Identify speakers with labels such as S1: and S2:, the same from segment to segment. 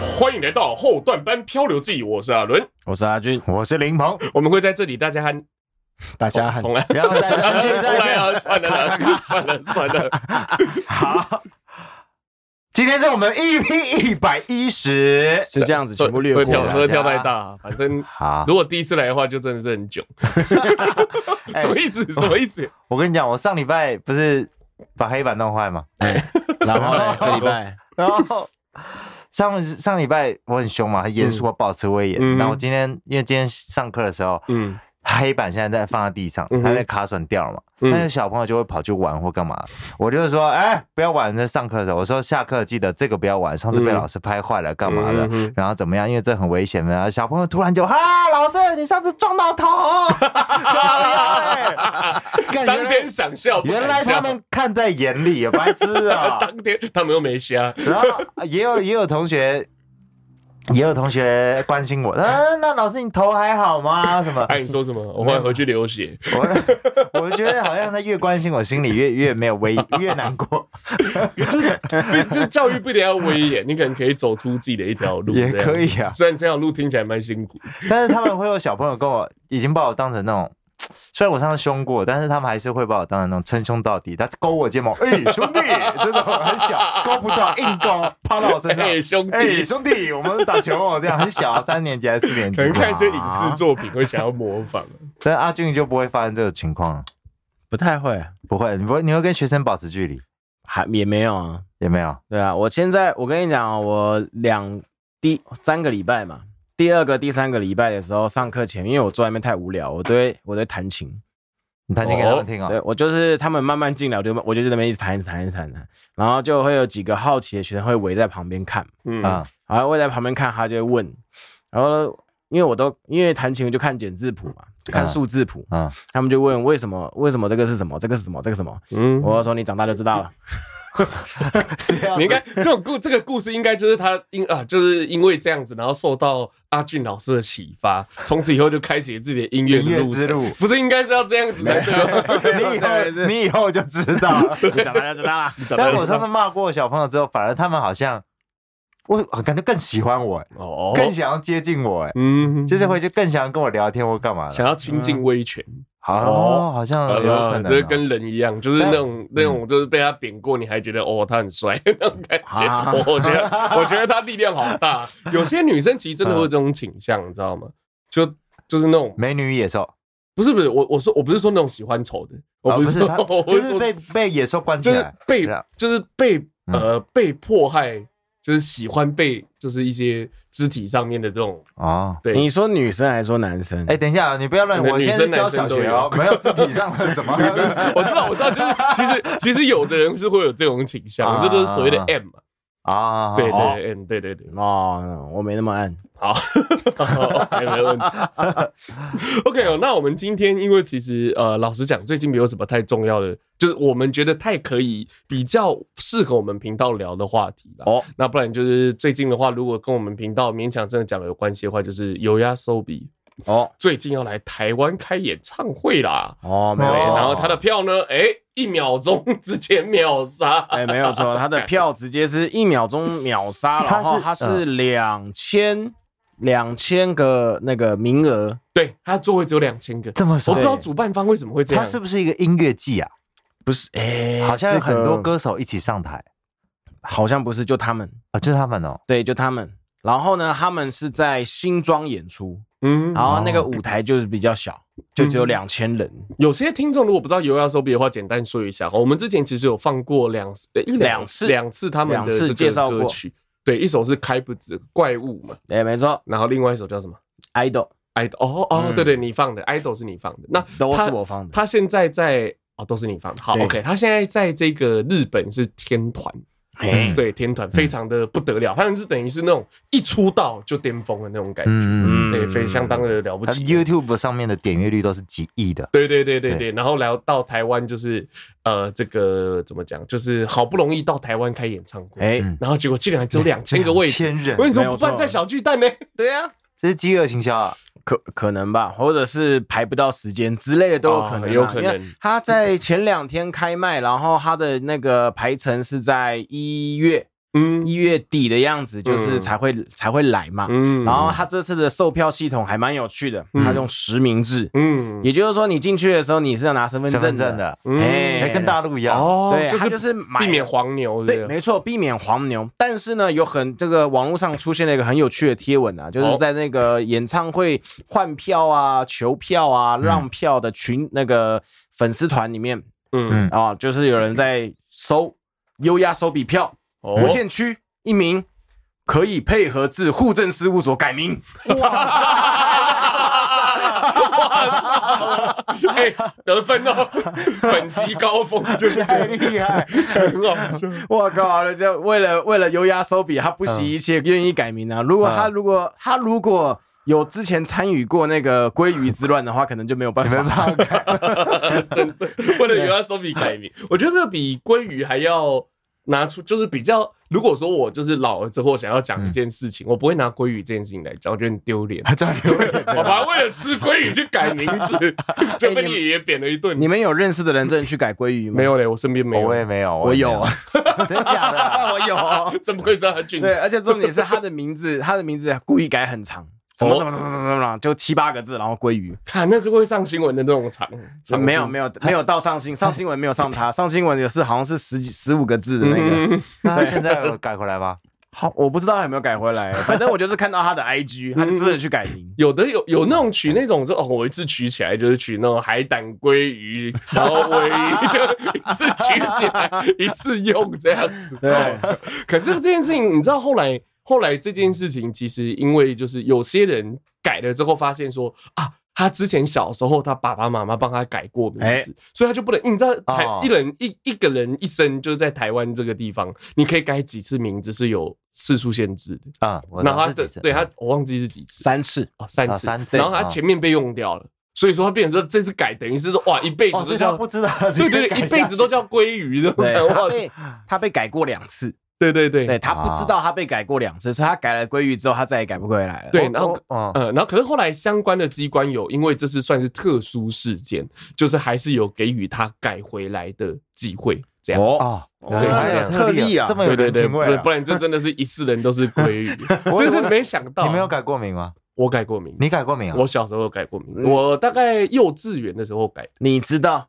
S1: 欢迎来到后段班漂流记，我是阿伦，
S2: 我是阿军，
S3: 我是林鹏，
S1: 我们会在这里大家喊，
S2: 大家喊
S1: 重来，
S2: 不 要再
S1: 啊
S2: 安静
S1: 重来
S2: 再
S1: 啊，算了啦，算了算了，
S3: 见。好，今天是我们 EP 一百一十，
S2: 是这样子，全部略
S1: 会
S2: 过
S1: 跳
S2: 啦
S1: 会跳太大，反正
S3: 好
S1: 如，果第一次来的话，就真的是很囧，
S3: 哎
S1: 什么意思？什么意思？
S3: 我跟你讲，我上礼拜不是把黑板弄坏吗？
S2: 然后呢，这礼拜
S1: 嗯
S3: 然后上上礼拜我很凶嘛，很严肃，我保持威
S1: 嗯
S3: 严。那、我今天因为今天上课的时候，
S1: 嗯，
S3: 黑板现在在放在地上，
S1: 嗯哼
S3: 它那卡榫掉了嘛，
S1: 嗯
S3: 那些小朋友就会跑去玩或干嘛。我就是说，哎，不要玩，在上课的时候，我说下课记得这个不要玩，上次被
S1: 嗯
S3: 老师拍坏了干嘛的
S1: 嗯哼，
S3: 然后怎么样，因为这很危险的。然后小朋友突然就哈、老师你上次撞到头，
S2: 干
S1: 当天想笑，不敢
S3: 原来
S1: 笑
S3: 他们看在眼里，白痴啊！
S1: 当天他们又没瞎，
S3: 然后也有也有同学，也有同学关心我，啊，那老师你头还好吗？什么？
S1: 哎，你说什么？我会回去流血，
S3: 我我觉得好像他越关心我，心里越越没有 威，越难过，
S1: 不就是教育不一定要威严，你可能可以走出自己的一条路，
S3: 也
S1: 这样
S3: 可。以啊。
S1: 虽然这条路听起来蛮辛苦，
S3: 但是他们会有小朋友跟我，已经把我当成那种。虽然我上次凶过，但是他们还是会把我当成那种称兄道弟，他勾我 肩膀，哎、兄弟，这种很小，勾不到，硬勾，趴到我身上，
S1: 哎，
S3: 哎、
S1: 兄弟，
S3: 兄弟，我们打球哦，这样 很小、三年级还是四年级
S1: 可
S3: 吧，
S1: 能看一些影视作品会想要模 仿。
S3: 但阿俊就不会发生这个情况，
S2: 不太会，
S3: 不会，你不会，你会跟学生保持距离，
S2: 还也没有啊。
S3: 有没有？
S2: 对啊，我现在我跟你讲哦，我两第三个礼拜嘛，第二个、第三个礼拜的时候，上课前，因为我坐在那边太无聊，我都会我都会弹琴。
S3: 你弹琴给他们听啊、
S2: 对我就是他们慢慢进来，我就我就在那边一直弹，一直弹，一直弹，一直弹然后就会有几个好奇的学生会围在旁边看，
S1: 嗯
S3: 啊、
S2: 然后围在旁边看，他就会问，然后因为我都因为弹琴就看简字谱嘛，就看
S3: 嗯
S2: 数字谱，
S3: 嗯
S2: 他们就问为什么为什么这个是什么，这个是什么，这个是什么，
S1: 嗯，
S2: 我就说你长大就知道了，
S1: 你应该 这种故这个故事应该就是他因啊，就是因为这样子，然后受到阿俊老师的启发，从此以后就开启自己的音乐
S3: 音乐
S1: 路
S3: 之
S1: 程。，
S3: 路
S1: 不是应该是要这样子 才对
S2: 哎
S1: 吗？
S3: 你 以后你以后就知道了。
S2: 你长大就知道了，你长大
S3: 但
S2: 就
S3: 我
S2: 知道
S3: 上次骂过小朋友之后，反而他们好像，我我感觉更喜欢我、
S1: 哦
S3: 更想要接近我、哎、
S1: 嗯，
S3: 就是会就更想要跟我聊天或干嘛
S1: 想
S3: 的。
S1: 要亲近威权，
S3: 好、
S1: 哦
S3: 哦，好像有可
S1: 呃，
S3: 能、哦嗯
S1: 这是跟人一样，就是那种那种，就是被他扁过，你还觉得哦他很帅那种感
S2: 啊
S1: 觉。我我觉得我觉得他力量好 大。有些女生其实真的会有这种倾向，你知道吗？就就是那种
S3: 美女与野兽，
S1: 不是不是，我我说我不是说那种喜欢丑的， 我
S3: 啊
S1: 不
S3: 不
S1: 是
S3: 是
S1: 说
S3: 他，
S1: 我不
S3: 就是是
S1: 说
S3: 被被野兽关起
S1: 就是
S3: 来，
S1: 被
S3: 是啊
S1: 就是被
S3: 嗯
S1: 呃被迫害，就是喜欢被就是一些肢体上面的这种
S3: 哦。
S1: 对
S2: 你说女生还是说男生？
S3: 哎、等一下，你不要乱，
S1: 可能
S3: 我现在是
S1: 嗯女生
S3: 教
S1: 男生
S3: 小
S1: 都
S3: 学哦， 没有肢体上的什么。
S1: 女 生， 我知道，我知道，就是其实其实有的人是会有这种倾向，
S3: 啊
S1: 这就是所谓的 M 嘛，
S3: 啊，
S1: 对
S2: 哦
S1: 对 M，对对对，
S2: 哦，我没那么暗，
S1: 好，OK，没问题。OK 哦，那我们今天因为其实呃，老实讲，最近没有什么太重要的，就是我们觉得太可以比较适合我们频道聊的话题了。
S2: 哦，
S1: 那不然就是最近的话，如果跟我们频道勉强真的讲的有关系的话，就是有压 Sobi
S2: 哦，
S1: 最近要来台湾开演唱会啦。
S2: 哦，没
S1: 对，
S2: 有
S3: 哦
S2: 错，
S1: 然后他的票呢，哎，一秒钟 之前秒杀。
S2: 哎，没有错，他 的票直接是一秒钟秒杀，
S3: 他
S2: 然
S3: 是
S2: 后他是嗯两千两千个那个名额，
S1: 对，他座位只有两千个，
S3: 这么
S1: 我
S3: 少
S1: 不知，道
S2: 对
S1: 主办方为什么会这
S3: 它
S1: 样。
S3: 是不是一个音乐季啊？
S2: 不是，哎，
S3: 好像有很
S2: 这
S3: 多
S2: 个
S3: 歌手一起上台
S2: 好像不是，就他们，
S3: 啊，就是他们哦。
S2: 对，就他们。然后呢，他们是在新庄演出，
S1: 嗯，
S2: 然后那个舞台就是比较小，就只有两千人，
S1: 有些听众如果不知道有压手比的话，简单说一下。我们之前其实有放过两呃一
S2: 两次
S1: 两次他们
S2: 两
S1: 的
S2: 次
S1: 这个
S2: 介绍
S1: 歌
S2: 过
S1: 曲，对，一首是《开不止怪物》嘛，
S2: 对，没错
S1: 然后另外一首叫什么？
S2: ，idol
S1: 爱豆哦哦，
S2: 嗯
S1: 对对，你放的爱豆是你放的，那
S2: 都
S1: 他
S2: 是我放的，
S1: 他现在在哦，都是你放的。好
S2: 对
S1: ，OK，他现在在这个日本是天团，嗯
S2: 嘿，嗯
S1: 对天团非常的不得了，他们是等于是那种一出道就巅峰的那种感觉，
S3: 嗯嗯，
S1: 对，非相当的了不
S3: 它
S1: 起。
S3: YouTube 上面的点阅率都是几亿的。
S1: 对对对对对，
S3: 对
S1: 然后来到台湾就是呃，这个怎么讲，就是好不容易到台湾开演唱会，
S2: 哎，
S3: 嗯
S1: 然后结果竟然只有两千个位置，
S3: 千人
S1: 为，什
S2: 没
S1: 么
S2: 有
S1: 不办
S2: 错
S1: 在小巨蛋呢？
S2: 对啊，
S3: 这是饥饿营销啊！
S2: 可可能吧，或者是排不到时间之类的都有可能、
S1: 哦
S2: 啊，
S1: 有可能
S2: 因为他在前两天开卖，然后他的那个排程是在一月，
S1: 嗯
S2: 一月底的样子，就是
S1: 嗯
S2: 才会、才会来嘛。
S1: 嗯
S2: 然后他这次的售票系统还蛮有趣的，
S1: 嗯
S2: 他用实名制，
S1: 嗯
S2: 也就是说你进去的时候你是要拿身份
S3: 身份
S2: 证
S3: 证
S2: 的，
S3: 的，
S1: 嗯
S2: 哎
S3: 哎，跟大陆一样，
S1: 哦，
S2: 对，他
S1: 是
S2: 就是买
S1: 避免黄牛，
S2: 对，没错，避免黄牛。但是呢，有很这个网络上出现了一个很有趣的贴文啊，就是
S1: 哦
S2: 在那个演唱会换票啊、求票啊、让票的群、那个粉丝团里面
S1: 嗯
S3: 嗯
S2: 啊，就是有人在搜优压手笔票，
S1: 哦
S2: 不限区一名，可以配合至户政事务所改名。
S1: 哇塞！ 哎，得分哦， 本集高峰就是
S2: 太 厉害！
S1: 哎很好笑。
S2: 我靠！人家为了为了优压手笔，他不惜一切愿意改名啊。如果他如果他如果有之前参与过那个鲑鱼之乱的话，可能就 没有办
S3: 你们
S2: 法。
S3: 帮我看
S1: 真的，为了有要手笔改名，我觉得这比鲑鱼还要拿出，就是比较。如果说我就是老了之后想要讲一件事情，我不会拿鲑鱼这件事情来讲，我嗯觉得很丢脸。 啊
S3: 这样就会
S1: 爸爸为了吃鲑鱼去改名 字，就被你爷爷扁了一顿。
S2: 你们有认识的人真的去改鲑鱼吗？
S1: 没，有嘞，我身边没
S3: 我
S1: 有。啊
S3: 也没有，
S2: 我有
S3: 也没， 真的假的？
S2: 啊我有。
S1: 怎么会是他俊？
S2: 对，而且重点是他的名字，他的名字故意改很长，什么什么什么什么什么，就七八个字，然后鲑鱼。
S1: 看，那是会上新闻的那种长。长
S2: 没有没有没有到上 新上新闻没有上他上新闻也是好像是十几十五个字的那个，
S1: 嗯
S3: 那他现在有改回来吗？
S2: 好我不知道他有没有改回来，反正我就是看到他的 IG，他就真的去改名。
S1: 有的有有那种取那种，就哦，我一次取起来就是取那种海胆、鲑鱼，然后尾鱼，就一次取起来一次用这样子。
S2: 对
S1: 超好笑可是这件事情，你知道后来后来这件事情，其实因为就是有些人改了之后，发现说啊。他之前小时候，他爸爸妈妈帮他改过名字，
S2: 哎
S1: 所以他就不能。你知道，台、
S3: 哦
S1: 一人一一个人一生就是在台湾这个地方，你可以改几次名字是有次数限制的。
S3: 啊，我
S1: 然后
S3: 当
S1: 他
S3: 时
S1: 的
S3: 几岁哦
S1: 对他，我忘记是几次，
S2: 三次，
S1: 哦，三
S3: 啊
S1: 次，
S3: 三次
S1: 然后他
S3: 啊
S1: 前面被用掉了，所以说他变成说这次改，等于是说哇，一辈
S3: 哦，
S1: 子
S3: 所
S1: 都
S3: 以他
S1: 叫，
S3: 不知道，
S1: 对对对，一辈子都
S3: 哦
S1: 叫鲑鱼的，
S2: 对，他
S1: 哇，
S2: 被他被改过两次，
S1: 对对对
S2: 对他不知道他被改过两次，所以他改了鲑鱼之后，他再也改不回来了。
S1: 对然后
S3: 嗯，
S1: 呃，然后可是后来相关的机关有，因为这是算是特殊事件，就是还是有给予他改回来的机会，这样。
S2: 哦，
S3: 哦，
S1: 对是这
S3: 还有
S1: 样
S2: 特例啊
S3: 这么有
S1: 对对
S3: 人
S1: 对，
S3: 情
S1: 不
S3: 味
S1: 然
S3: 啊
S1: 不！然这真的是一世人都是鲑 鱼，真是没想到。啊
S3: 你没有，改过名吗？
S1: 我改过名，
S3: 你改过名啊？
S1: 我小时候有改过名，我大概幼稚园的时候改的，
S2: 你知道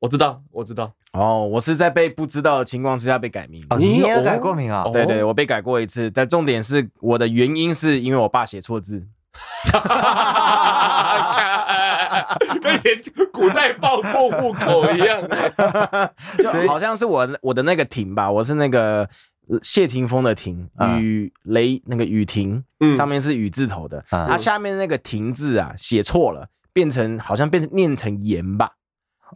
S1: 我知道，我知道。
S2: 哦，我是在被不知道的情况之下被改名。
S3: 哦，
S1: 你
S3: 你也
S1: 有
S3: 改过名啊
S1: 哦？
S2: 对对，我被改过一次，但重点是我的原因是因为我爸写错字。
S1: 跟以前古代报错户口一样。
S2: 就好像是我我的那个亭吧，我是那个呃谢霆锋的霆，
S3: 啊
S2: 雨雷那个雨霆，
S1: 嗯
S2: 上面是雨字头的，
S3: 啊
S2: 它下面那个霆字啊写错了，变成好像变成念成言吧，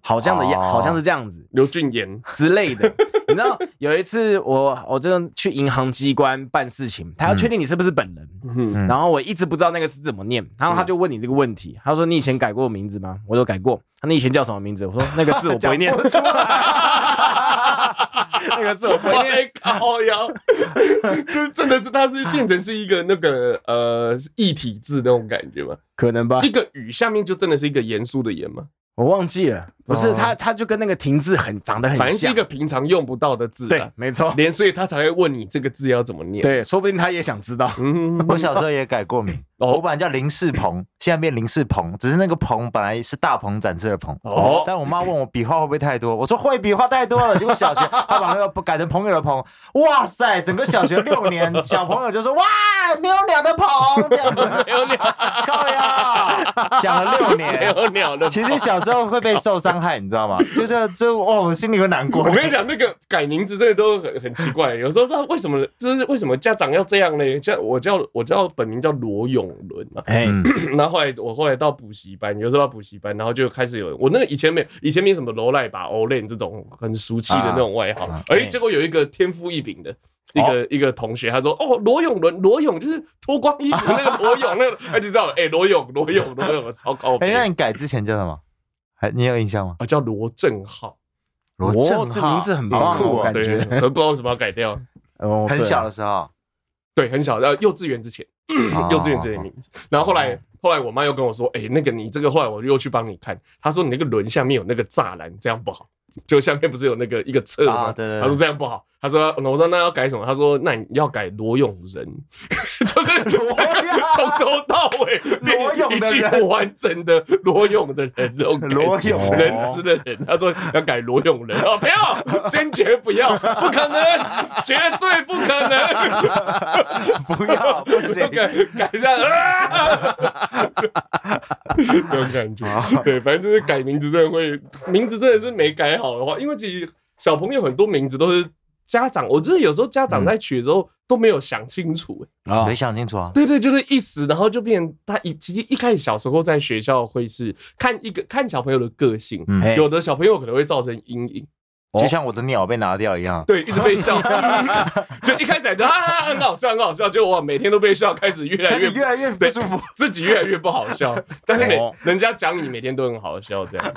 S2: 好像的样，
S3: 哦
S2: 好像是这样子
S1: 刘俊言，
S2: 之类 的。你知道有一次我我就去银行机关办事情，他要确定你是不是本人。
S1: 嗯
S3: 嗯
S2: 然后我一直不知道那个是怎么念，然后他就问你这个问题，他说你以前改过名字吗？我说改过。他说你以前叫什么名字？我说那个字我不会念， 那个字我不会 念。
S1: 哎靠呀，就是真的是，它是变成是一个那个呃一体字那种感觉嘛，
S2: 可能吧
S1: 一，个雨下面就真的是一个严肃的严嘛，
S2: 我忘记了，不是
S3: 哦
S2: 他，他就跟那个停字很长得很像，
S1: 反正是一个平常用不到的字啊，
S2: 对，没错，
S1: 连所以他才会问你这个字要怎么念。，
S2: 对，说不定他也想知道。
S1: 嗯，
S3: 我小时候也改过名，
S1: 哦
S3: 我本来叫林世鹏，现在变林世鹏，只是那个鹏本来是大鹏展翅的鹏。
S1: 哦
S3: 但我妈问我笔画会不会太多，我说会，笔画太多了。结果小学她把那个改成朋友的鹏，哇塞，整个小学六年，小朋友就说哇，没有鸟的鹏这样子，
S1: 没有鸟，
S3: 靠呀，讲了六
S1: 没
S3: 年。
S1: 有鸟的。
S3: 其实小时候会被受伤害，你知道吗？就是就哦，我心里会难过。
S1: 我跟你讲，那个改名字真的都很很奇怪，有时候不知道为什么，就是为什么家长要这样呢？像我叫我叫本名叫罗永伦嘛，
S2: 哎，
S3: 嗯，
S1: 然后后来我后来到补习班，有时候到补习班，然后就开始有我那个以前没以前没什么罗赖吧、欧练这种很俗气的那种外号
S3: 啊，哦
S1: 哎、
S2: 哎
S1: 结果有一个天赋异禀的。一个一个同学，他说：“哦，罗永伦，罗永就是脱光衣服那个罗永，那个他就知道了，哎、罗永，罗永，罗永，超高
S3: 哎，那
S1: 配
S3: 你改之前叫什么？还你有印象吗？
S1: 啊，叫罗正浩，
S3: 罗
S2: 哦
S3: 正
S2: 这
S3: 浩
S2: 名字很
S3: 好
S2: 棒
S3: 酷
S2: 哦，
S3: 哦
S2: 我感
S1: 对，
S2: 觉
S1: 可能不知道为什么要改掉，
S2: 哦
S3: 很
S1: 啊
S3: 小的
S2: 了，
S3: 时 候，
S1: 对，很小，呃，幼稚园之前，
S3: 哦
S1: 幼稚园之前的名字。然后后
S3: 嗯
S1: 来，后来我妈又跟我说，哎、那个你这个，后来我又去帮你看，她说你那个轮下面有那个栅栏，这样不好。就下面不是有那个一个侧吗？
S3: 啊对对对
S1: 她说这样不好，他说，我说那要改什么？他说那你要改罗永仁， 就是
S3: 罗永
S1: 从头到尾
S3: 罗永
S1: 一
S3: 的
S1: 句
S3: 人
S1: 完整的罗永的人，那种感觉
S3: 罗永
S1: 仁慈的人。他说要改罗永仁，哦，不要，坚决不要，不可能，绝对不可能。
S3: 不要不行，
S1: 改改一下啊， 这种感觉。对，反正就是改名字真的会，名字真的是没改好的话，因为其实小朋友很多名字都是家长，我真的有时候家长在取的时候都没有想清楚、欸
S2: 啊
S3: 没想清楚啊。
S1: 对对，就是一时，然后就变成他一其实一开始小时候在学校会是看一个看小朋友的个性，
S3: 嗯
S2: 哎
S1: 有的小朋友可能会造成阴影。
S2: 哦
S3: 就像我的鸟被拿掉一样，
S1: 对，一直被笑，就一开始还觉得啊很好笑，很好笑，结果哇每天都被笑，开始越来
S3: 开
S1: 越
S3: 始越来 越不舒服。
S1: 自己越来越不好笑，但是每
S2: 哦
S1: 人家讲你每天都很好笑，这样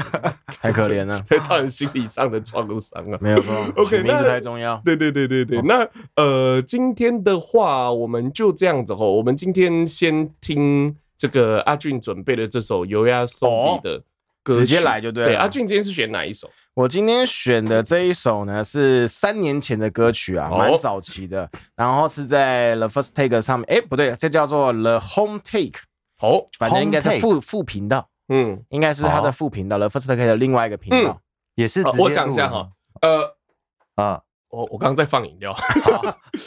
S2: 太可怜了，
S1: 才造成心理上的创伤 啊。
S2: 没有错
S1: OK，
S2: 名
S1: 那
S2: 字太重要。
S1: 对对对对对，那呃，今天的话我们就这样子哦，我们今天先听这个阿俊准备的这首《油压手笔》的歌曲，
S2: 直接来就对了
S1: 对，阿俊今天是选哪一首？
S2: 我今天选的这一首呢是三年前的歌曲啊，
S1: 哦
S2: 蛮早期的，然后是在 The First Take 上面，哎，不对，这叫做 The Home Take，
S1: 好，
S2: 反正应该是
S3: Home Take
S2: 副副频道，
S1: 嗯，
S2: 应该是它的
S3: 哦
S2: 副频道，The First Take 的另外一个频道。
S3: 也是
S1: 呃
S3: 直接
S1: 我讲一下
S3: 录
S1: 哈，呃，
S3: 的啊，
S1: 我我刚刚在放饮 料。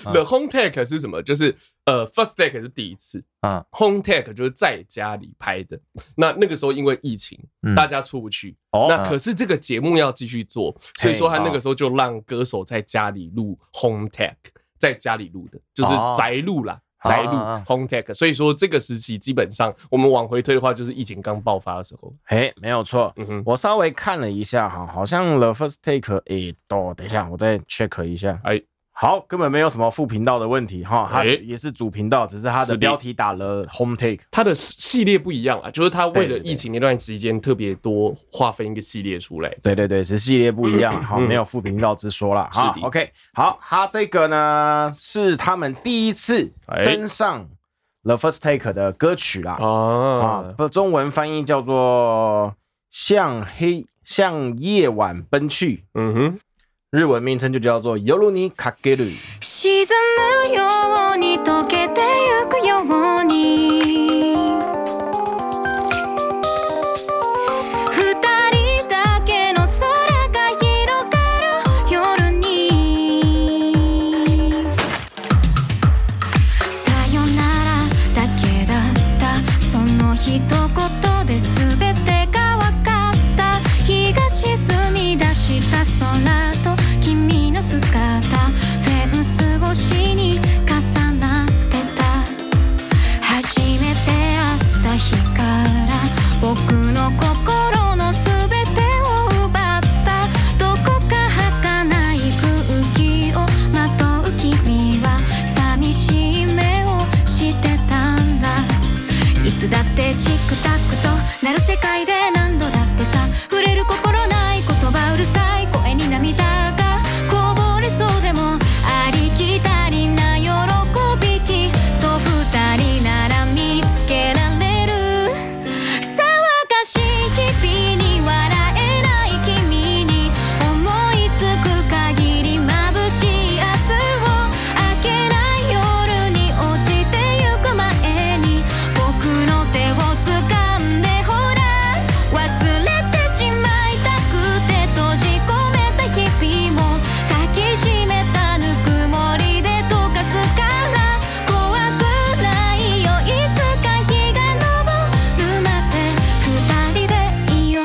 S1: The home take 是什么？就是呃，first take 是第一次，
S3: 嗯
S1: ，home take 就是在家里拍的。那那个时候因为疫情，
S3: 嗯
S1: 大家出不去，
S2: 哦
S1: 那可是这个节目要继续做，所以说他那个时候就让歌手在家里录 home take，在家里录的，就是
S3: 哦
S1: 宅录啦。宅录
S3: 啊啊啊
S1: home take，所以说这个时期基本上我们往回推的话，就是疫情刚爆发的时候。
S2: 哎，没有错，
S1: 嗯哼，
S2: 我稍微看了一下哈，好像 The First Take，哎，等等一下，我再 check 一下。
S1: 哎，
S2: 好，根本没有什么副频道的问题哈，它
S1: 哎
S2: 也是主频道，只是它
S1: 是
S2: 的
S1: 的
S2: 标题打了 Home Take。
S1: 它的系列不一样啊，就是它为了
S2: 对对对
S1: 疫情那段时间特别多划分一个系列出来。
S2: 对对对，只是系列不一样，好，
S1: 嗯
S2: 没有副频道之说了哈
S1: 是。的
S2: OK，好，他这个呢是他们第一次
S1: 哎
S2: 登上 The First Take 的歌曲啦，啊
S1: 啊，，
S2: 不，中文翻译叫做《向黑向夜晚奔去》，
S1: 嗯哼，
S2: 日文名称就叫做《尤鲁尼卡给鲁》。
S4: 沈むように溶けてゆくように二人だけの空が広がる夜にさよならだけだったその一言で全てが分かった日が沈み出した空と君の姿フェブス越しに重なってた初めて会った日から僕の心のすべてを奪ったどこか儚い空気をまとう君は寂しい目をしてたんだいつだってチクタクとなる世界で何度だってさ触れる心ない言葉うるさい声に涙がこぼれそうでもありきたりな喜びきっと二人なら見つけられる騒がしい日々に笑えない君に思いつく限り眩しい明日を明けない夜に落ちてゆく前に僕の手を掴んでほら忘れてしまいたくて閉じ込めた日々も抱きしめたぬくもりで溶かすから怖くないよいつか日が昇るまで二人でいよう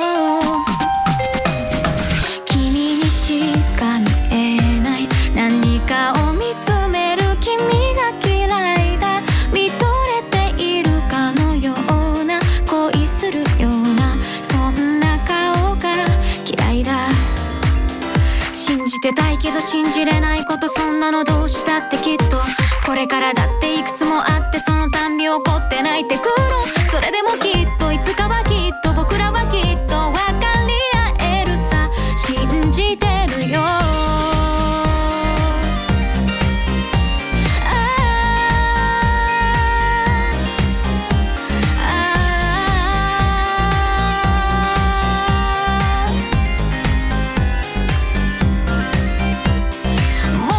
S4: 君にしか見えない何かを見つめる君が嫌いだ見とれているかのような恋するようなそんな顔が嫌いだ信じてたいけど信じれないことそんなのどうしたってきっとこれからだっていくつもあってそのたんび怒って泣いてくるそれでもきっといつかはきっと僕らはきっと分かり合えるさ信じてるよ「ああああ」もう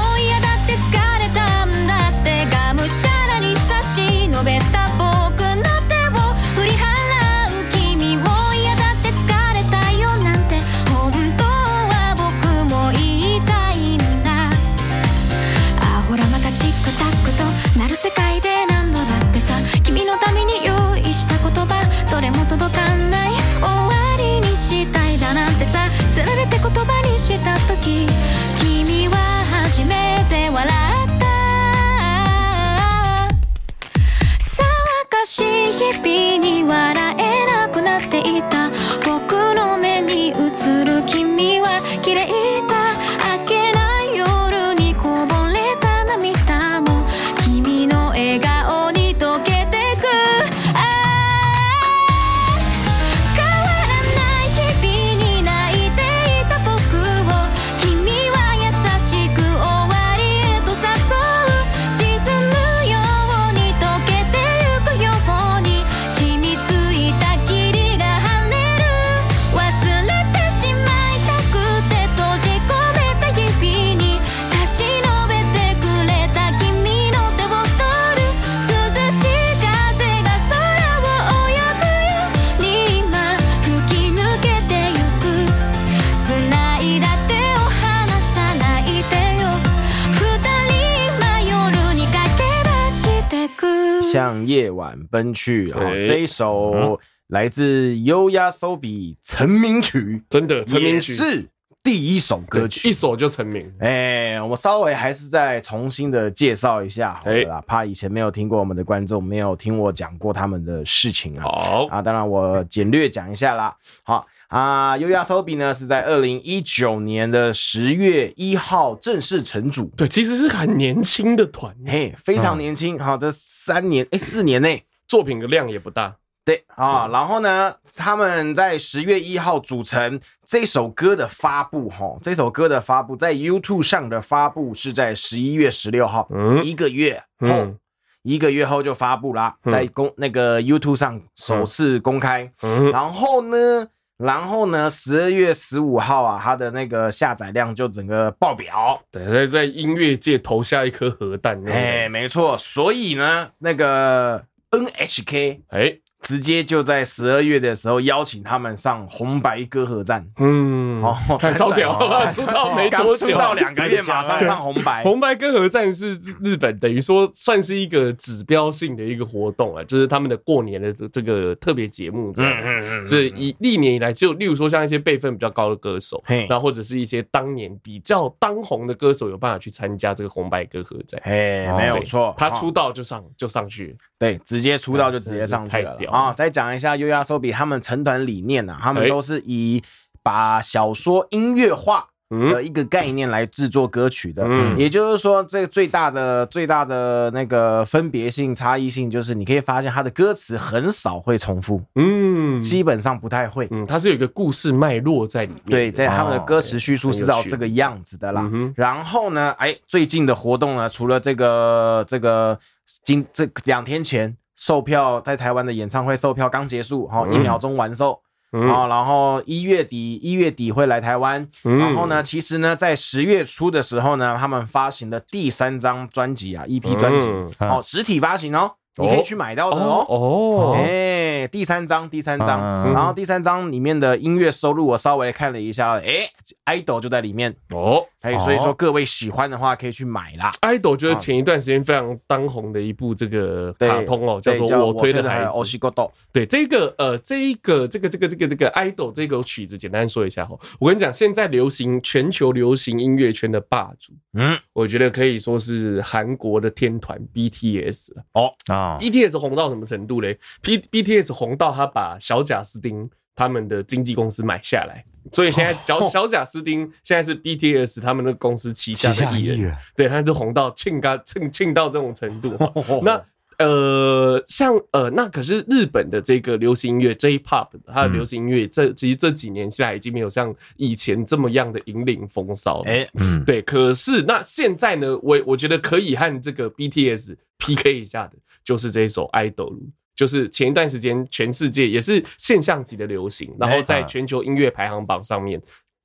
S2: 向夜晚奔去》啊、
S1: 对
S2: 这一首来自优雅 s o b 成名曲，
S1: 真的成名曲
S2: 也是第一首歌
S1: 一
S2: 曲。
S1: 首就成名。
S2: 哎、我稍微还是再重新的介绍一下好了啦，怕以前没有听过我们的观众没有听我讲过他们的事情啊。
S1: 好，
S2: 啊，当然我简略讲一下啦。好啊，优雅 Sobi 呢是在二零一九年的十月一号正式成组，
S1: 对，其实是很年轻的团，
S2: 嘿，非常年轻。好、这三年哎四年内。
S1: 作品的量也不大。
S2: 对啊、然后呢，他们在十月一号组成这首歌的发布，哈，这首歌的发布在 YouTube 上的发布是在十一月十六号，
S1: 嗯
S2: 一个月后，
S1: 嗯
S2: 一个月后就发布啦，
S1: 嗯
S2: 在公那个 YouTube 上首次公开。
S1: 嗯，
S2: 然后呢，然后呢，十二月十五号啊，它的那个下载量就整个爆表。
S1: 对，在在音乐界投下一颗核弹。
S2: 哎，
S1: 哎
S2: 没错，所以呢，那个 NHK
S1: 哎，
S2: 直接就在十二月的时候邀请他们上红白歌合战。
S1: 嗯，
S2: 哦
S1: 看超 屌啊，出道没
S2: 刚
S1: 多
S2: 出
S1: 久，
S2: 道两 个月，马上上红白。
S1: 红白歌合战是日本等于说算是一个指标性的一个活动啊，就是他们的过年的这个特别节目这样子。
S2: 嗯
S1: 这以历年以来，就例如说像一些辈分比较高的歌手，
S2: 嘿
S1: 然后或者是一些当年比较当红的歌手，有办法去参加这个红白歌合战。
S2: 哎，没有
S1: 对
S2: 错，
S1: 他
S2: 哦
S1: 出道就上就上去，
S2: 对，直接出道就直接上去
S1: 真的是
S2: 了
S1: 太屌了
S2: 啊、再讲一下 U R S O B 他们成团理念啊，他们
S1: 哎
S2: 都是以把小说音乐化。的
S1: 嗯，
S2: 一个概念来制作歌曲的，
S1: 嗯
S2: 也就是说，这最大的最大的那个分别性差异性，就是你可以发现它的歌词很少会重复，
S1: 嗯，
S2: 基本上不太会。
S1: 嗯，它是有一个故事脉络在里面的。
S2: 对，在他们的歌词叙述
S1: 很有
S2: 是照
S1: 趣
S2: 这个样子的啦
S1: 嗯哼。
S2: 然后呢，哎，最近的活动呢，除了这个这个今这两天前售票在台湾的演唱会售票刚结束，哈，
S1: 嗯
S2: 一秒钟完售。啊、然后一月底一月底会来台湾，
S1: 嗯
S2: 然后呢，其实呢，在十月初的时候呢，他们发行的第三张专辑啊，EP 专辑、
S1: 嗯
S2: 哦，实体发行哦，你可以去买到的哦。
S1: 哦
S2: 哎、
S1: 哦，
S2: 第三张，第三张，
S3: 嗯
S2: 然后第三张里面的音乐收入，我稍微看了一下，哎、i d o l 就在里面，
S1: 哦
S2: 哎、所以说各位喜欢的话可以去买啦。
S1: ，idol 就是前一段时间非常当红的一部这个卡通哦，叫
S2: 啊对
S1: 做
S2: 叫
S1: 《
S2: 我
S1: 我推的
S2: 孩
S1: 孩
S2: 子
S1: 子》
S2: 欧。西狗豆，
S1: 对，这个呃，这一个这个这个这个这个 idol 这个曲子，简单说一下哈。我跟你讲，现在流行全球流行音乐圈的霸主，
S2: 嗯，
S1: 我觉得可以说是韩国的天团 BTS 了。
S3: 啊，
S1: BTS 红到什么程度嘞？P BTS 红到他把小贾斯汀他们的经纪公司买下来，所以现在小、小贾斯汀现在是 BTS 他们的公司旗下的艺人，
S3: 人，
S1: 对，他就红到庆嘎庆庆到这种程度。
S2: 哦
S1: 那呃，像呃，那可是日本的这个流行音乐 J-pop，它的
S2: 嗯
S1: 流行音乐这、其实这几年下来已经没有像以前这么样的引领风骚了。
S2: 哎、
S3: 嗯，
S1: 对，可是那现在呢，我我觉得可以和这个 BTS PK 一下的，就是这一首《Idol》，就是前一段时间全世界也是现象级的流行，然后
S2: 啊
S1: 在全球音乐排行榜上面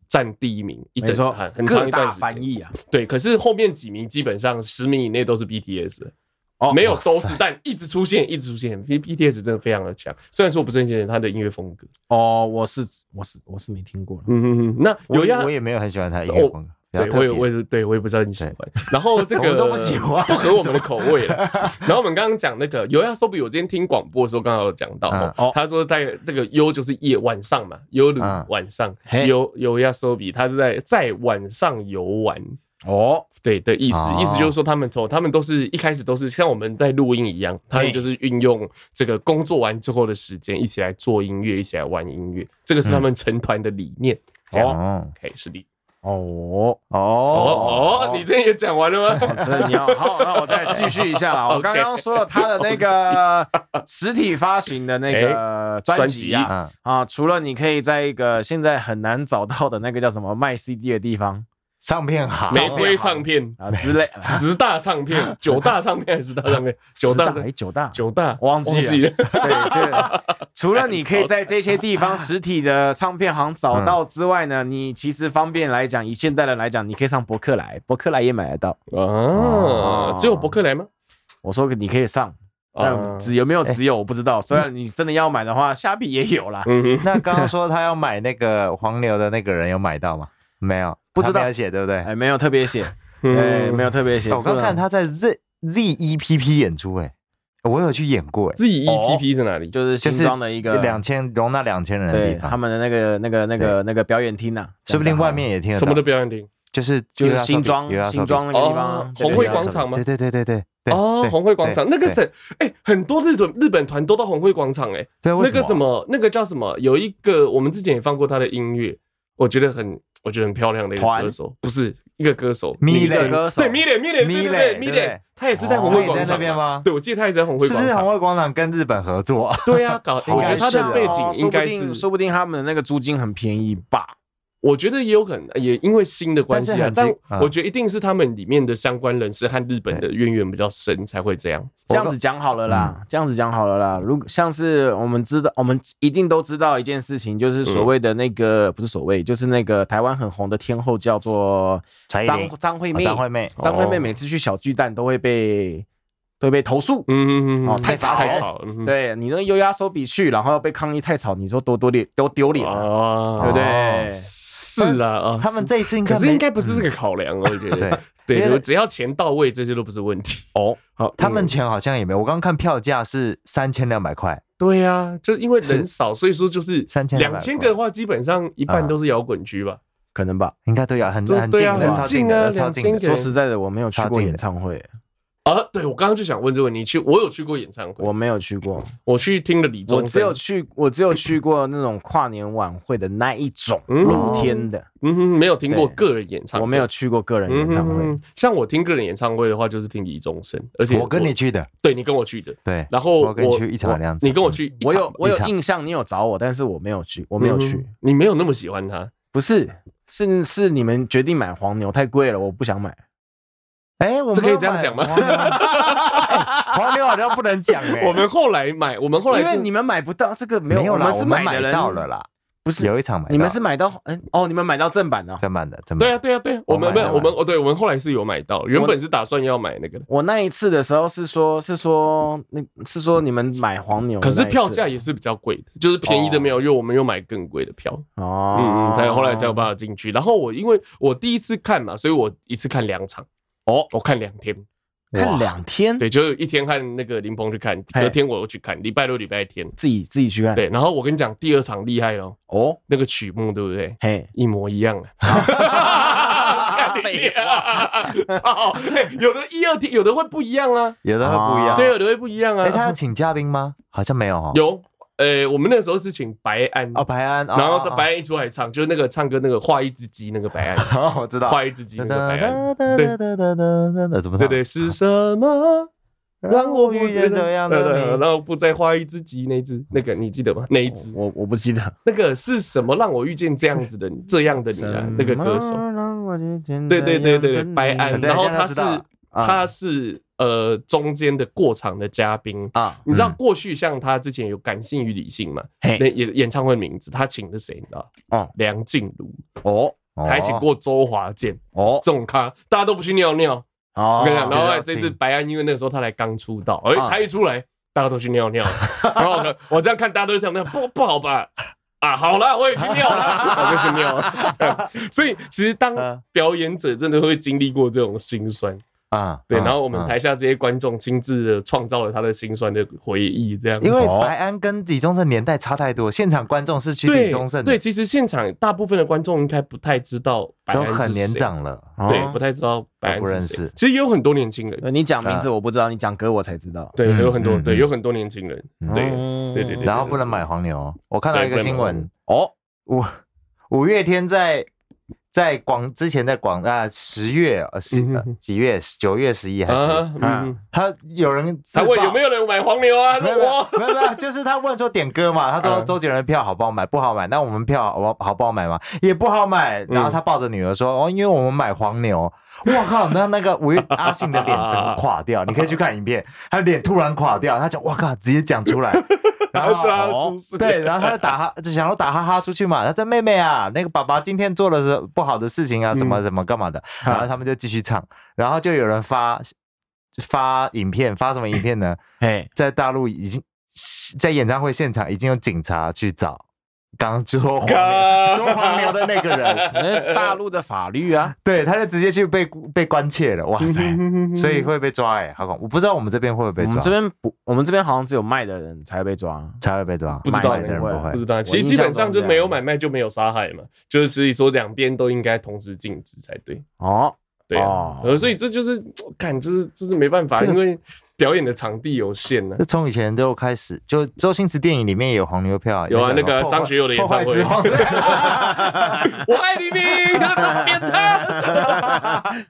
S1: 占第一名，一
S2: 没
S1: 整啊
S2: 错
S1: 很，很长
S2: 各
S1: 一段
S2: 大
S1: 时间
S2: 翻。译啊，
S1: 对，可是后面几名基本上十名以内都是 BTS，
S2: 哦
S1: 没有都是，但一直出现，一直出现。B BTS 真的非常的强，虽然说我不是很喜欢他的音乐风格。
S2: 哦，我是我是我是没听过了，
S1: 嗯哼哼，那
S3: 我
S1: 有呀哦
S3: 我。也没有很喜欢他的音乐风格，比较
S1: 对，
S3: 特
S1: 我也
S3: 别
S1: 我也对我也不是很喜欢。然后这
S3: 我
S1: 个
S3: 们都不喜欢
S1: 不合我们的口味了。然后我们刚刚讲那个尤亚索比，我今天听广播的时候刚好有讲到
S3: 嗯
S1: 哦，他说在这个尤就是夜晚上嘛，尤鲁
S3: 嗯
S1: 晚上
S2: 嘿
S1: 尤尤亚索比，他是在在晚上游玩。
S2: 哦，
S1: 对的意思，
S3: 哦
S1: 意思就是说他们从他们都是一开始都是像我们在录音一样，他们就是运用这个工作完之后的时间一起来做音乐，一起来玩音乐，这个是他们成团的理念。这样子
S3: 哦
S1: ，OK，是的。
S2: 哦。
S3: 哦
S1: 哦哦，你这也讲完了 吗？
S2: 所以你要好，那我再继续一 下啦。我刚刚说了他的那个实体发行的那
S1: 哎
S2: 个专辑
S1: 专
S2: 啊，
S3: 嗯，
S2: 啊，除了你可以在一个现在很难找到的那个叫什么卖 CD 的地方
S3: 唱片行，
S1: 玫瑰唱 片、
S2: 啊之类，
S1: 十大唱片、九大唱片还是十大唱片？九大
S2: 哎九大，
S1: 九大，
S2: 忘记了
S1: 了。
S2: 对， 这除了你可以在这些地方实体的唱片行找
S3: 嗯
S2: 到之外呢，你其实方便来讲，以现代人来讲，你可以上博客来，博客来也买得到。
S1: 啊，哦只有伯克莱吗？
S2: 我说你可以上。
S1: 啊
S2: 哦
S3: 哦
S2: 但只有没有
S3: 哎
S2: 只有我不知道，虽然你真的要买的话，虾皮也有啦。
S1: 嗯哼，
S3: 那刚刚说他要买那个黄牛的那个人有买到吗？没有，
S2: 不知道
S3: 他没有写对不对？哦
S2: 哎，没有特别写，
S1: 嗯
S2: 哎，没有特别写。
S3: 嗯我刚
S2: 不然
S3: 看他在 Z Z E P P 演出，哎，我有去演过、欸，
S1: 自己 EPP 是哪里？
S2: 就是
S3: 就
S2: 新
S3: 是
S2: 装的一个
S3: 两千容纳两千人的
S2: 对
S3: 地方，
S2: 他们的那个那个那个那个表演厅啊呐，
S3: 说不定外面也听得到。
S1: 什么都不要听
S3: 就是
S2: 就是新庄新庄那个地
S1: 哦
S2: 方，对
S1: 红
S2: 对
S1: 会
S2: 对
S1: 广场吗
S3: 对对对对对对。
S1: 哦
S3: 对，
S1: 红会广场
S3: 对
S1: 那个
S3: 对
S1: 是哎、很多日本日本团都到红会广场哎、
S3: 对为
S1: 那个什么那个叫什么？有一个我们之前也放过他的音乐，我觉得很我觉得很漂亮的一个
S2: 团
S1: 歌手，不是一个歌手，
S3: 米
S1: 女生
S2: 蕾歌手
S1: 对米蕾米蕾对对
S3: Milet，
S1: 对
S3: 对
S1: 米
S3: 不
S1: 蕾
S3: 对，
S1: 他也是在红
S3: 哦
S1: 会
S3: 你
S1: 广
S3: 在
S1: 场
S3: 那边
S1: 嘛
S3: 吗
S1: 对，我记得他也是在红会
S3: 是不
S1: 广
S3: 是哦红
S1: 场。
S3: 会广场跟日本合作？
S1: 对啊，搞
S2: 我
S1: 我觉
S2: 觉
S1: 得
S2: 得
S1: 他
S2: 是
S1: 的背
S2: 哦
S1: 景应
S2: 说不
S1: 该
S2: 定
S1: 是，
S2: 说不定他们的那个租金很便宜吧？
S1: 我觉得也有可能，也因为新的关系啊。
S3: 但
S1: 但
S3: 是很近嗯
S1: 我觉得一定是他们里面的相关人士和日本的渊源比较深，才会这样子。
S2: 这样子讲好了啦，
S1: 嗯
S2: 这样子讲好了啦。如果像是我们知道，我们一定都知道一件事情，就是
S1: 嗯
S2: 所谓的那个、不是所谓，就是那个台湾很红的天后叫做
S3: 蔡 依
S2: 张
S3: 林
S2: 张惠
S3: 哦
S2: 妹。
S3: 张惠妹，
S2: 张惠妹
S1: 哦
S2: 每次去小巨蛋都会被都会被投诉，
S1: 嗯嗯嗯，
S2: 哦
S1: 嗯
S2: 太吵
S1: 太吵，嗯哼
S2: 对你那优压手笔去，然后被抗议太吵，你说多多脸多丢脸啊，
S1: 啊
S2: 对不
S3: 哦
S2: 对？
S1: 是啊，啊
S3: 他们这一次应该
S1: 可是
S3: 没
S1: 应该不是这个考量，我觉
S3: 对
S1: 得。
S3: 因为
S1: 对，只要钱到位，这些都不是问题。
S2: 哦，
S1: 好，
S3: 他们
S1: 嗯
S3: 钱好像也没有，我刚看票价是三千两百块，
S1: 对呀，就因为人
S3: 是
S1: 少，所以说就是
S3: 3200
S1: 两千个的话，基本上一半都是摇滚区吧。
S2: 可能吧。
S3: 应该都要很
S1: 对
S3: 很
S1: 对
S3: 近
S1: 啊
S3: 的，
S1: 很
S3: 超
S1: 近啊
S3: 的，超近
S1: 2000
S3: 的。
S1: 对
S2: 说实在的，我没有去
S3: 差
S2: 过
S3: 劲
S2: 演
S3: 了
S2: 唱会，
S1: 啊，对，我刚刚就想问这个问题，你去我有去过演唱会，
S2: 我
S1: 我
S2: 没有去过，
S1: 我去听了李宗
S2: 我
S1: 盛，
S2: 只有去我只有去过那种跨年晚会的那一种
S1: 嗯
S2: 露天的，
S1: 嗯哼，没有听过
S2: 对
S1: 个人演唱会，
S2: 我没有去过个人演唱会。
S1: 嗯。像我听个人演唱会的话，就是听李宗盛，而且
S3: 我跟你，去的，
S1: 对你跟我去的，
S3: 对，
S1: 然后
S3: 我跟你
S1: 我
S3: 去一场两场
S1: 你跟我去一场，
S2: 嗯我有我有
S3: 一场
S2: 印象，你有找我，但是我没有去，我没有去
S1: 嗯，哼，你没有那么喜欢他，
S2: 不是是是你们决定买黄牛太贵了，我不想买。
S3: 哎，我们
S1: 这可以
S3: 要
S1: 这样
S3: 买
S1: 讲吗
S3: 黄牛哎黄牛好像不能 讲哎，
S1: 我们后来买，我们后来
S2: 因为
S1: 就
S2: 你们买不到这个没有，
S3: 没有
S2: 我
S3: 啦，
S2: 们是
S3: 我们
S2: 的
S3: 买
S2: 人
S3: 到了，啦，
S2: 不是
S3: 有一场买到，
S2: 你们是买到嗯哦，你们买到正版的哦。
S3: 正版的，正版
S1: 对
S3: 的
S1: 啊，对啊，对啊，我们
S3: 我
S1: 没
S3: 买
S1: 有，
S3: 了
S1: 我们哦，对，我们后来是有买到，原本是打算要买那个的，
S2: 我那一次的时候是说，是说那是说你们买黄牛的
S1: 可
S2: 那一次，
S1: 是票价也是比较贵的，就是便宜的没有，因为我们又买更贵的票，
S2: 哦，
S1: 嗯嗯，才后来才有办法进去。然后我因为我第一次看嘛，所以我一次看两场，哦，我看两天，
S2: 看两天，
S1: 对，就是一天看那个林鹏去看，
S2: 嘿
S1: 隔天我又去看，礼拜六、礼拜天，
S2: 自己自己去看，
S1: 对。然后我跟你讲，第二场厉害咯，
S2: 哦，
S1: 那个曲目对不对？
S2: 嘿，
S1: 一模一 样的。啊
S2: 废 话
S1: 操！嘿有的一二天，有的会不一样啊，
S3: 有的会不一样，
S2: 啊
S1: 对，有的会不一样
S3: 哎，他
S1: 啊
S3: 要。请嘉宾吗？好像没有哦。
S1: 有，呃，我们那时候是请白安，
S3: 哦，白安，哦
S1: 然后
S3: 哦哦
S1: 白安一出来唱，就是那个唱歌那个画一只鸡那个白 安，
S3: 哦，我知道。
S1: 画一只鸡那个白安，对
S3: 哒怎
S1: 对
S3: 么唱？
S1: 对，是什么？让我不
S3: 遇见这样
S1: 对对
S3: 的
S1: 对哦
S3: 你。
S1: 然后不再画一只鸡那一只，那个你记得吗？那一只
S2: 我我不记得
S1: 那个是什么让我遇见这样子的你这样的你啊？那个歌手，对对对对对，白安，
S3: 对
S1: 然后
S3: 现在
S1: 他
S3: 知
S1: 是
S3: 道了
S2: 啊
S1: 他是呃中间的过场的嘉宾。
S2: 啊，
S1: 你知道
S3: 嗯
S1: 过去像他之前有感性与理性嘛？那
S2: 嘿，
S1: 演演唱会名字，他请的谁？你知道？
S2: 哦
S1: 梁静茹，
S2: 哦
S1: 还请过周华健
S2: 哦
S1: 这种咖，大家都不去尿尿。
S2: 哦，
S1: 我跟你讲，
S3: 就
S1: 然
S3: 是
S1: 后
S3: 要
S1: 这
S3: 听
S1: 次白安，因为那个时候他才刚出道，哎，
S2: 啊
S1: 他一出来，大家都去尿尿 了。然后呢，我这样看，大家都这样，那不不好吧？啊，好啦，我也去尿了， 我就去尿了。这样所以其实当
S3: 嗯
S1: 表演者真的会经历过这种心酸，
S3: 啊，
S1: 对。
S3: 嗯
S1: 然后我们
S3: 嗯
S1: 台下这些观众亲自的创造了他的心酸的回忆，这样子。
S3: 因为
S2: 哦
S3: 白安跟李宗盛年代差太多，现场观众是去
S1: 对
S3: 李宗盛的，
S1: 对，其实现场大部分的观众应该不太知道白
S3: 都
S1: 安
S3: 很
S1: 是
S3: 年
S1: 谁，
S3: 长了。
S1: 对，不太知道白
S3: 都不
S1: 安
S3: 认
S1: 是谁
S3: 识。
S1: 其实也有很多年轻人，
S2: 哦对你讲名字
S1: 呃
S2: 我不知道，你讲歌我才知道。
S1: 对，
S3: 嗯
S1: 有很多，
S3: 嗯哦
S1: 对，
S3: 嗯
S1: 有很多年轻人，对。
S2: 嗯
S1: 对对对
S3: 然后不能买黄牛。哦我看到一个新闻，
S2: 哦，
S3: 五五月天在在广之前在广啊十月呃十
S1: 嗯哼
S3: 呃几月九月十一还是
S1: 啊，
S2: 嗯
S1: 嗯，
S3: 他有人自
S1: 他问有没
S3: 有？
S1: 有人买黄牛啊？
S3: 没有
S1: 我
S3: 没有没有，就是他问说点歌嘛，他说
S1: 嗯
S3: 周杰伦的票好不好买？不好买。那我们票好不好不好买吗？也不好买。然
S1: 嗯
S3: 后他抱着女儿说：“哦，因为我们买黄牛。”我靠，那那个五月阿信的脸整个垮掉，你可以去看影片，他脸突然垮掉，他讲：“我靠，直接讲出来。” 然
S1: 然后
S3: 后
S1: 知道他出事，
S3: 对，然后他就打哈，就想要打哈哈出去嘛。他说：“妹妹啊，那个爸爸今天做了什不好的事情啊，什么什么干嘛的。”然后他们就继续唱，然后就有人发发影片，发什么影片呢？
S2: 嘿，
S3: 在大陆已经在演唱会现场已经有警察去找刚刚说黄
S1: 嘎
S3: 说黄牛的那 个人，
S2: 哎大陆的法 律啊，
S3: 对，他就直接去被被关切了，哇塞！所以会被抓哎、好恐怖！我不知道我们这边会不
S2: 我
S3: 会被
S2: 们
S3: 抓，
S2: 这边不，我们这边好像只有卖的人才被抓。啊
S3: 才会被抓，
S1: 不知道
S3: 买的人不
S2: 不
S3: 会
S1: 不。知道，其
S2: 我
S1: 实
S2: 印
S1: 基本
S2: 象
S1: 上
S2: 中
S1: 就是
S2: 这
S1: 没有
S2: 样
S1: 买卖就没有杀害嘛，就是所以说两边都应该同时禁止才对。
S2: 哦，
S1: 对啊
S2: 哦，
S1: 呃所以这就是，看，这是这是没办法，
S3: 这
S1: 因
S3: 个是
S1: 为表演的场地有限呢
S3: 就。从以前就开始，就周星驰电影里面也有黄牛票，
S1: 有啊
S3: 个
S1: 那个
S3: 破坏
S1: 张学友的演唱会
S3: 破坏之王
S1: 我爱黎明，他他变 态。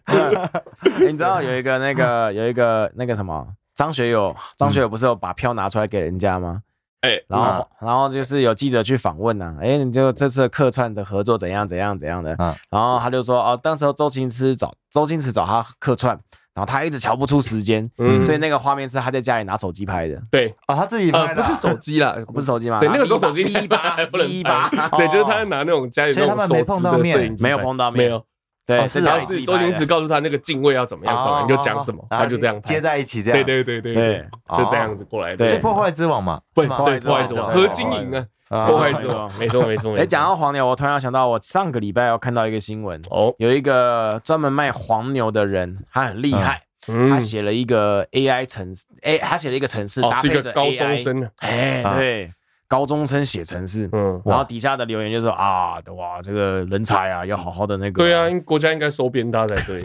S2: 哎你知道有一个那个有一个那个什么张学友，张
S3: 嗯
S2: 学友不是有把票拿出来给人家吗？
S1: 哎，
S2: 然后然后就是有记者去访问呐、啊，哎，你就这次的客串的合作怎样怎样怎样的，
S3: 嗯
S2: 然后他就说哦，当时候周星驰找周星驰找他客串，然后他一直瞧不出时间，
S1: 嗯
S2: 所以那个画面是他在家里拿手机拍的，
S1: 对，
S3: 哦，他自己拍
S1: 呃，
S3: 的，
S1: 不是手，机啦，
S2: 不是手机吗？
S1: 对，那个时候手机
S2: 哔一吧，
S1: 不能
S2: 哔一哦吧
S1: 拍， 对，就是他拿那种家里那种手持的摄影机拍，
S2: 没有碰到面
S1: 没有。
S2: 对，
S3: 哦
S2: 在
S3: 是啊
S2: 家
S1: 然
S2: 里
S1: 后
S2: 自
S1: 是
S2: 己
S1: 周
S2: 拍
S1: 星
S2: 的
S1: 驰告诉他那个敬畏要怎么样，
S3: 哦
S1: 干嘛你就讲什么，
S3: 然
S1: 他
S3: 后
S1: 就这样拍
S3: 接。在一起这
S1: 对
S3: 样，
S1: 对对对
S2: 对哦
S1: 对，就这样子过来的。
S2: 对
S3: 是破坏之王嘛？
S1: 对
S3: 是吗
S1: 对
S2: 破
S1: 破
S2: 坏
S1: 坏
S2: 之
S1: 之
S2: 王
S1: 王，
S2: 对
S1: 何金银啊，
S3: 啊
S1: 破坏
S2: 之
S1: 之
S2: 王
S1: 王，没错没错没错。
S2: 哎，讲到黄牛，我突然想到，我上个礼拜有看到一个新闻，
S1: 哦，
S2: 有一个专门卖黄牛的人，他很厉害，他
S1: 嗯，
S2: 写了一个 AI 城市，哎，他写了一个城市
S1: 哦
S2: 搭
S1: 是一
S2: 配
S1: 个
S2: 着
S1: 高中
S2: AI
S1: 生啊，
S2: 哎，
S3: 啊
S2: 对，高中生写程式，
S1: 嗯，
S2: 然后底下的留言就说啊，哇，这个人才啊，要好好的那个。
S1: 对啊，，因为国家应该收编他才 对，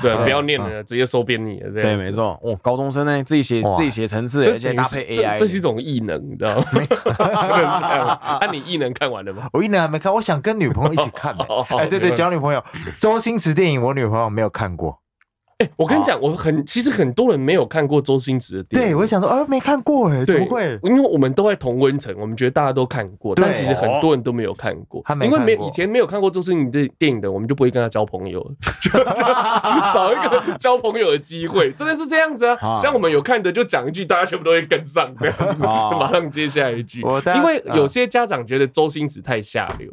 S1: 对啊，不要念了，直接收编你了，这样
S2: 对，
S1: 子
S2: 没。错，哦，高中生呢自己写
S3: 哇
S2: 自己写程式，
S1: 这
S2: 而且搭配哦
S1: 等于是
S2: AI，
S1: 这这是一种异能，你知道吗？ 真的是这样子。那你异能看完了吗？
S3: 哦我一年还没看，我想跟女朋友一起看 呢
S1: 哦哦。哦
S3: 哎，对
S1: 没
S3: 对，
S1: 问题
S3: 交女朋友，周星驰电影我女朋友没有看过。
S1: 哎，我跟你讲，我很其实很多人没有看过周星驰的电影
S3: 对，。我想说，呃，没看过哎，怎
S1: 对
S3: 么会，？
S1: 因为我们都在同温层，我们觉得大家都看过，
S3: 对哦
S1: 但其实很多人都没有看过
S3: 他。没
S1: 因为没
S3: 看过
S1: 以前没有看过周星驰的电影的，我们就不会跟他交朋 友了，就就少一个交朋友的机会，真的是这样子
S2: 啊
S1: 啊。像我们有看的，就讲一句，大家全部都会跟上，这样 子，
S2: 啊
S1: 就马上接下一句
S3: 我大。嗯
S1: 因为有些家长觉得周星驰太下流，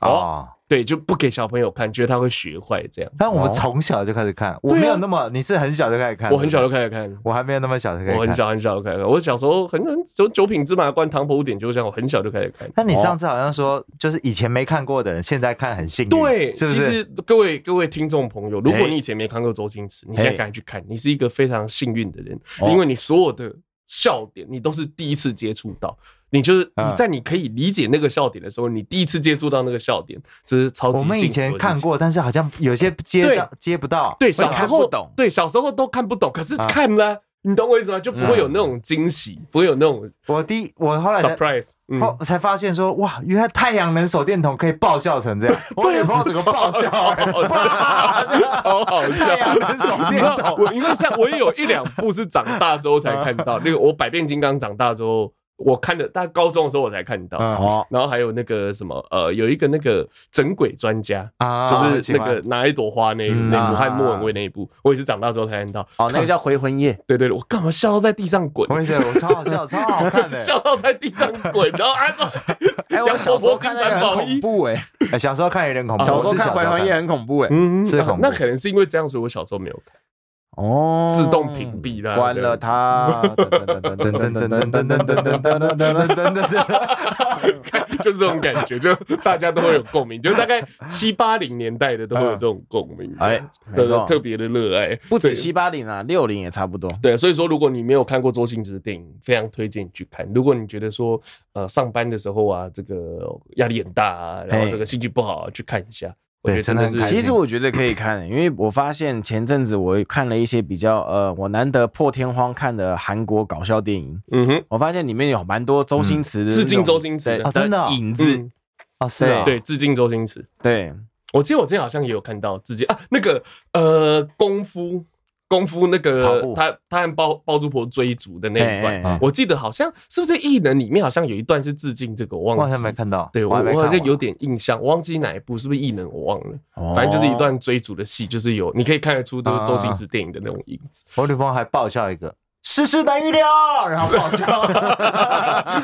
S3: 哦，
S1: 对，就不给小朋友看，觉得他会学坏这样。
S3: 但我们从小就开始看，我没有那么，你是很小就开始看，
S1: 哦啊我很小就开始看，
S3: 我还没有那么小就开始看，
S1: 我很。小很小就开始看。我小时候很很从九品芝麻官、唐伯虎点秋香，我很小就开始看。
S3: 但你上次好像说，就是以前没看过的人，现在看很幸运，
S1: 对，
S3: 是不
S1: 其
S3: 是？
S1: 实各位各位听众朋友，如
S2: 哎
S1: 果你以前没看过周星驰，你现在赶紧去看，你是一个非常幸运的人，
S2: 哦
S1: 因为你所有的笑点你都是第一次接触到，你就是
S3: 嗯
S1: 你在你可以理解那个笑点的时候，你第一次接触到那个笑点，这是超级
S3: 我们以
S1: 幸福的
S3: 前
S1: 事
S3: 看
S1: 情。
S3: 过，但是好像有些接到接不到，
S1: 对，小时
S2: 看不
S1: 候
S2: 懂
S1: 对小时候都看不懂，可是
S3: 啊
S1: 看了、你懂我意思吗？就不会
S3: 嗯
S1: 有那种惊喜，不会有那种
S3: 我第一我后来才
S1: surprise。嗯，
S3: 后才发现说，哇，原来太阳能手电筒可以爆笑 成这样，我女朋友整个爆笑，
S1: 超好笑，超好
S3: 太
S1: 笑
S3: 阳。能手
S1: 你
S3: 电
S1: 知道，
S3: 筒
S1: 我，因为像我也有一两部是长大之后才看到，那个我百变金刚长大之后，我看的，大概高中的时候我才看到。
S3: 嗯
S2: 哦，
S1: 然后还有那个什么，呃，有一个那个整鬼专家，
S3: 啊
S1: 就是那个拿一朵花那一
S3: 嗯
S1: 那一部，
S2: 啊
S1: 和莫文蔚那一部，我也是长大之后才看到。
S2: 哦，那个叫回魂夜，
S1: 对对对，我干嘛笑到在地上滚？
S3: 我也觉得我超 好笑，超好看的。
S1: 笑到在地上滚，然后按照
S2: 哎，我
S1: 杨
S2: 小
S1: 伯
S2: 时候
S1: 伯金
S2: 看那
S1: 蝉
S2: 个很
S1: 宝哦
S2: 恐
S1: 衣。
S2: 怖哎，
S3: 哎小时候看有点恐怖，
S2: 小时候
S3: 我是
S2: 看回魂夜很恐怖哎，
S1: 嗯
S3: 是恐怖
S1: 那可能是因为这样，所以我小时候没有看。
S2: 哦，
S1: 自动屏蔽啦
S2: 关 了它，噔噔噔噔噔噔噔噔噔噔噔噔噔噔。
S3: 等等 等，
S1: 就是这种感觉，就大家都会有共鸣，就大概七八零年代的都会有这种共鸣，
S2: 哎
S1: 这
S2: 没
S1: 个
S2: 错
S1: 特别的热爱，
S2: 不止
S1: 对
S2: 七八零啊，六零也差不多。
S1: 对，所以说如果你没有看过周星驰的电影，非常推荐你去看。如果你觉得说，呃，上班的时候啊，这个压力很大啊，然后这个兴趣不好、啊，去看一下，我觉得
S3: 对真
S1: 真
S3: 的
S1: 的
S3: 很
S1: 是
S3: 开心
S2: 其实我觉得可 以看，因为我发现前阵子我看了一些比较呃，我难得破天荒看的韩国搞笑电影，
S1: 嗯哼，
S2: 我发现里面有蛮多周星驰的那
S1: 嗯
S2: 种、
S1: 致敬周星驰的
S2: 对
S3: 哦真的哦
S2: 影子。
S1: 嗯，
S3: 哦是啊，
S1: 对，致敬周星驰。嗯
S2: 对，
S1: 我记得我之前好像也有看到致敬啊，那个呃，功夫。功夫那
S3: 跑
S1: 个
S3: 步
S1: 他他和包包租婆追逐的那一段，
S2: 哎哎哎
S1: 我记得好像是不是异能里面好像有一段是致敬这个，我
S3: 我
S1: 忘
S3: 好
S1: 记。
S3: 像没看到，
S1: 对我
S3: 还没
S1: 我好
S3: 看
S1: 像
S3: 完
S1: 有点印象，我忘记哪一部是不是异能，我忘了。
S2: 哦
S1: 反正就是一段追逐的戏，就是有你可以看得出就是周星驰电影的那种影 子。
S3: 我女朋友还爆笑一个，世事难预料，然后爆 笑。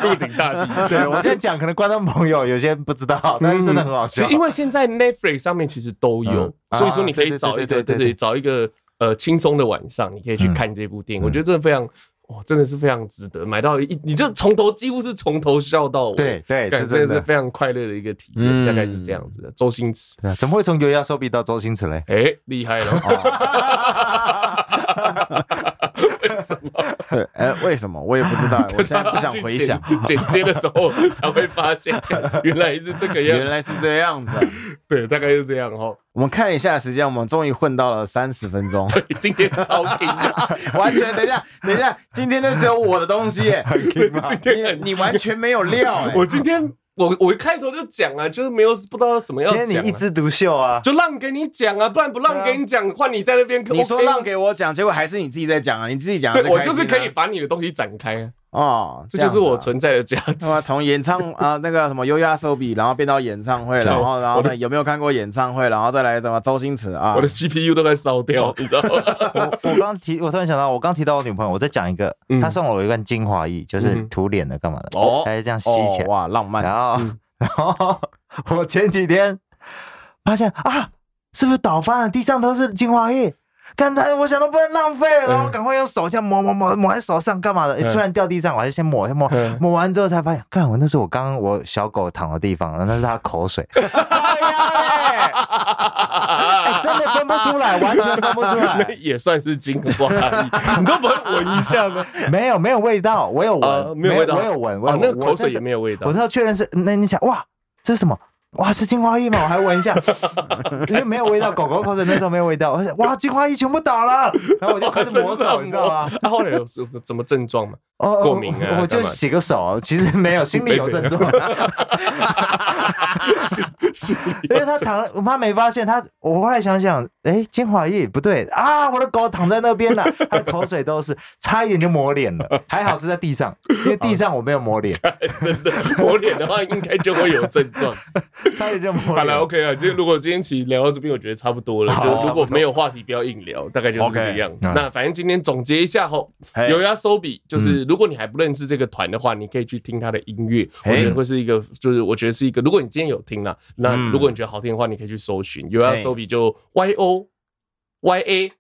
S1: 鹿鼎大帝，
S3: 对我现在讲，可能观众朋友有些不知道，但是真的很好笑
S1: 是。嗯因为现在 Netflix 上面其实都有，
S3: 嗯
S1: 所以说你可以
S3: 啊
S1: 找一个
S3: 对对对对对
S1: 对对找一个呃轻松的晚上，你可以去看这部电影。
S3: 嗯
S1: 我觉得真的非常哇，真的是非常值得买到一，你就从头几乎是从头笑到尾，
S3: 对对，
S1: 感
S3: 是
S1: 觉真
S3: 真
S1: 的是
S3: 的。
S1: 非常快乐的一个体
S2: 嗯
S1: 验，大概是这样子的。周星驰，
S3: 对啊怎么会从优雅手臂到周星驰嘞？
S1: 哎、厉害了，
S3: 哦
S1: 为什么？
S2: 对，哎，为什么我也不 知道，
S1: 啊
S2: 我现在不想回想，
S1: 剪接的时候才会发现， 原来是这个
S2: 原
S1: 样，
S2: 来是这样子啊。
S1: 对，大概是这样哦。
S2: 我们看了一下时间，我们终于混到了三十分钟，
S1: 今天超平的，
S2: 完全等一下，等一下，今天就只有我的东西 耶，
S1: 今天很
S2: 你你完全没有料哎。
S1: 我今天我我一开头就讲啊，就是没有不知道什么要
S3: 今
S1: 讲、啊，
S3: 天你一枝独秀啊！
S1: 就让给你讲啊，不然不让给你讲，换、你在那边
S2: 你说
S1: OK 啊
S2: 让给我讲，结果还是你自己在讲啊！你自己讲的
S1: 对
S2: 开心
S1: 我
S2: 啊，
S1: 就是可以把你的东西展开啊，
S2: 哦，
S1: 这就是我
S2: 样子啊
S1: 存在的价值
S2: 那。么从演唱啊、 那个什么优雅手比，然后变到演唱 会，
S1: 对
S2: 然后然后
S1: 我的
S2: 呢有没有看过演唱会，然后再来什么周星驰啊
S1: 我的 CPU 都快烧 掉，你知道吗？
S3: 我我刚提，我突然想到，我刚提到我女朋友，我再讲一个
S1: 嗯，
S3: 她送了我一罐精华液，就是
S1: 嗯
S3: 涂脸的，干嘛的？
S2: 哦
S3: 她是这样吸
S2: 哦
S3: 起来，
S2: 哇浪漫
S1: 啊
S3: 然后， 然后我前几天发现啊，是不是倒翻了？地上都是精华液。刚才我想都不能浪费，然后我赶快用手这样抹抹抹抹在手上干嘛的？诶
S1: 嗯
S3: 突然掉地上，我还是先抹先抹
S1: 嗯，
S3: 抹完之后才发现，干我那是我刚刚我小狗躺的地方，那是它口水。 哎，真的分不出来，完全分不出
S1: 那
S3: 来，
S1: 也算是精华液，你都不会闻一下 吗？
S3: 没有没有味道，我有
S1: 啊，
S3: 闻，
S1: 没有味道，
S3: 我有闻，我
S1: 啊
S3: 有，
S1: 那
S3: 闻
S1: 个口水
S3: 但是
S1: 也没有味道
S3: 我。那时候确认是，那你想，哇，这是什么？哇，是精华液吗？我还 闻一下，因为没有味道，狗狗口水那时候没有味道。我想，哇，精华液全部倒了，然后我就开始
S1: 抹
S3: 抹手，你知道吗？？
S1: 啊，后来有什怎么症状嘛？
S3: 哦
S1: 过敏啊
S3: 我我就
S1: 干嘛
S3: 洗个手，其实没有，心里有症状，
S1: 是
S3: 因为他躺，我妈没发现他。我后来想想，哎，精华液不对啊，我的狗躺在那边了，它的口水都是，差一点就抹脸了，还好是在地上，因为地上我没 有抹脸，
S1: 真的，抹脸的话应该就会有症状。
S3: 差一点就抹
S1: 好
S3: 脸
S1: 了
S3: 了。
S1: ，OK 啊，今天如果今天其实聊到这边，我觉得差不多了。
S3: 好
S1: 就是如果没有话题，不要硬聊，大概就是这个
S2: OK，哎
S1: 样子。
S3: 嗯
S1: 那反正今天总结一下吼，
S2: 嘿
S1: 有牙手比
S2: 嗯
S1: 就是如果你还不认识这个团的话，你可以去听他的音乐，我
S2: 嘿
S1: 觉得会是一个，就是我觉得是一个，如果你今天有听啦，那
S2: 嗯哎
S1: 如果你觉得好听的话，你可以去搜寻有牙手比就 Y O Y A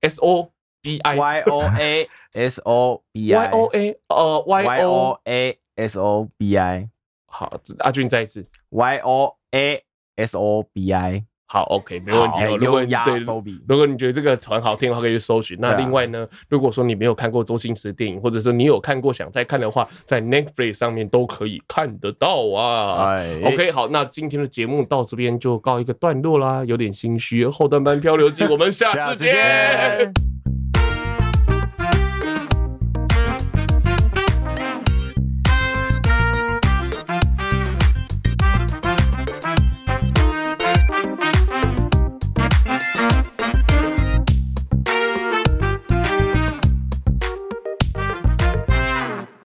S1: S O B I
S2: ，Y O A S O B
S1: Y
S2: I
S1: O A 呃 Y
S2: Y
S1: O
S2: O A S O B I
S1: 好，阿俊再一次。
S2: Y O A S O B I，
S1: 好，OK，没问题
S2: 好
S1: 哦。如果
S2: 优
S1: 你
S2: 雅
S1: 对，
S2: 手比
S1: 如果你觉得这个团好听的话，可以去搜寻。那
S2: 对啊
S1: 另外呢，如果说你没有看过周星驰的电影，或者是你有看过想再看的话，在 Netflix 上面都可以看得到啊。
S2: 哎
S1: OK，好，那今天的节目到这 边就告一个段落啦，有点心虚。后段班漂流记，我们下次见。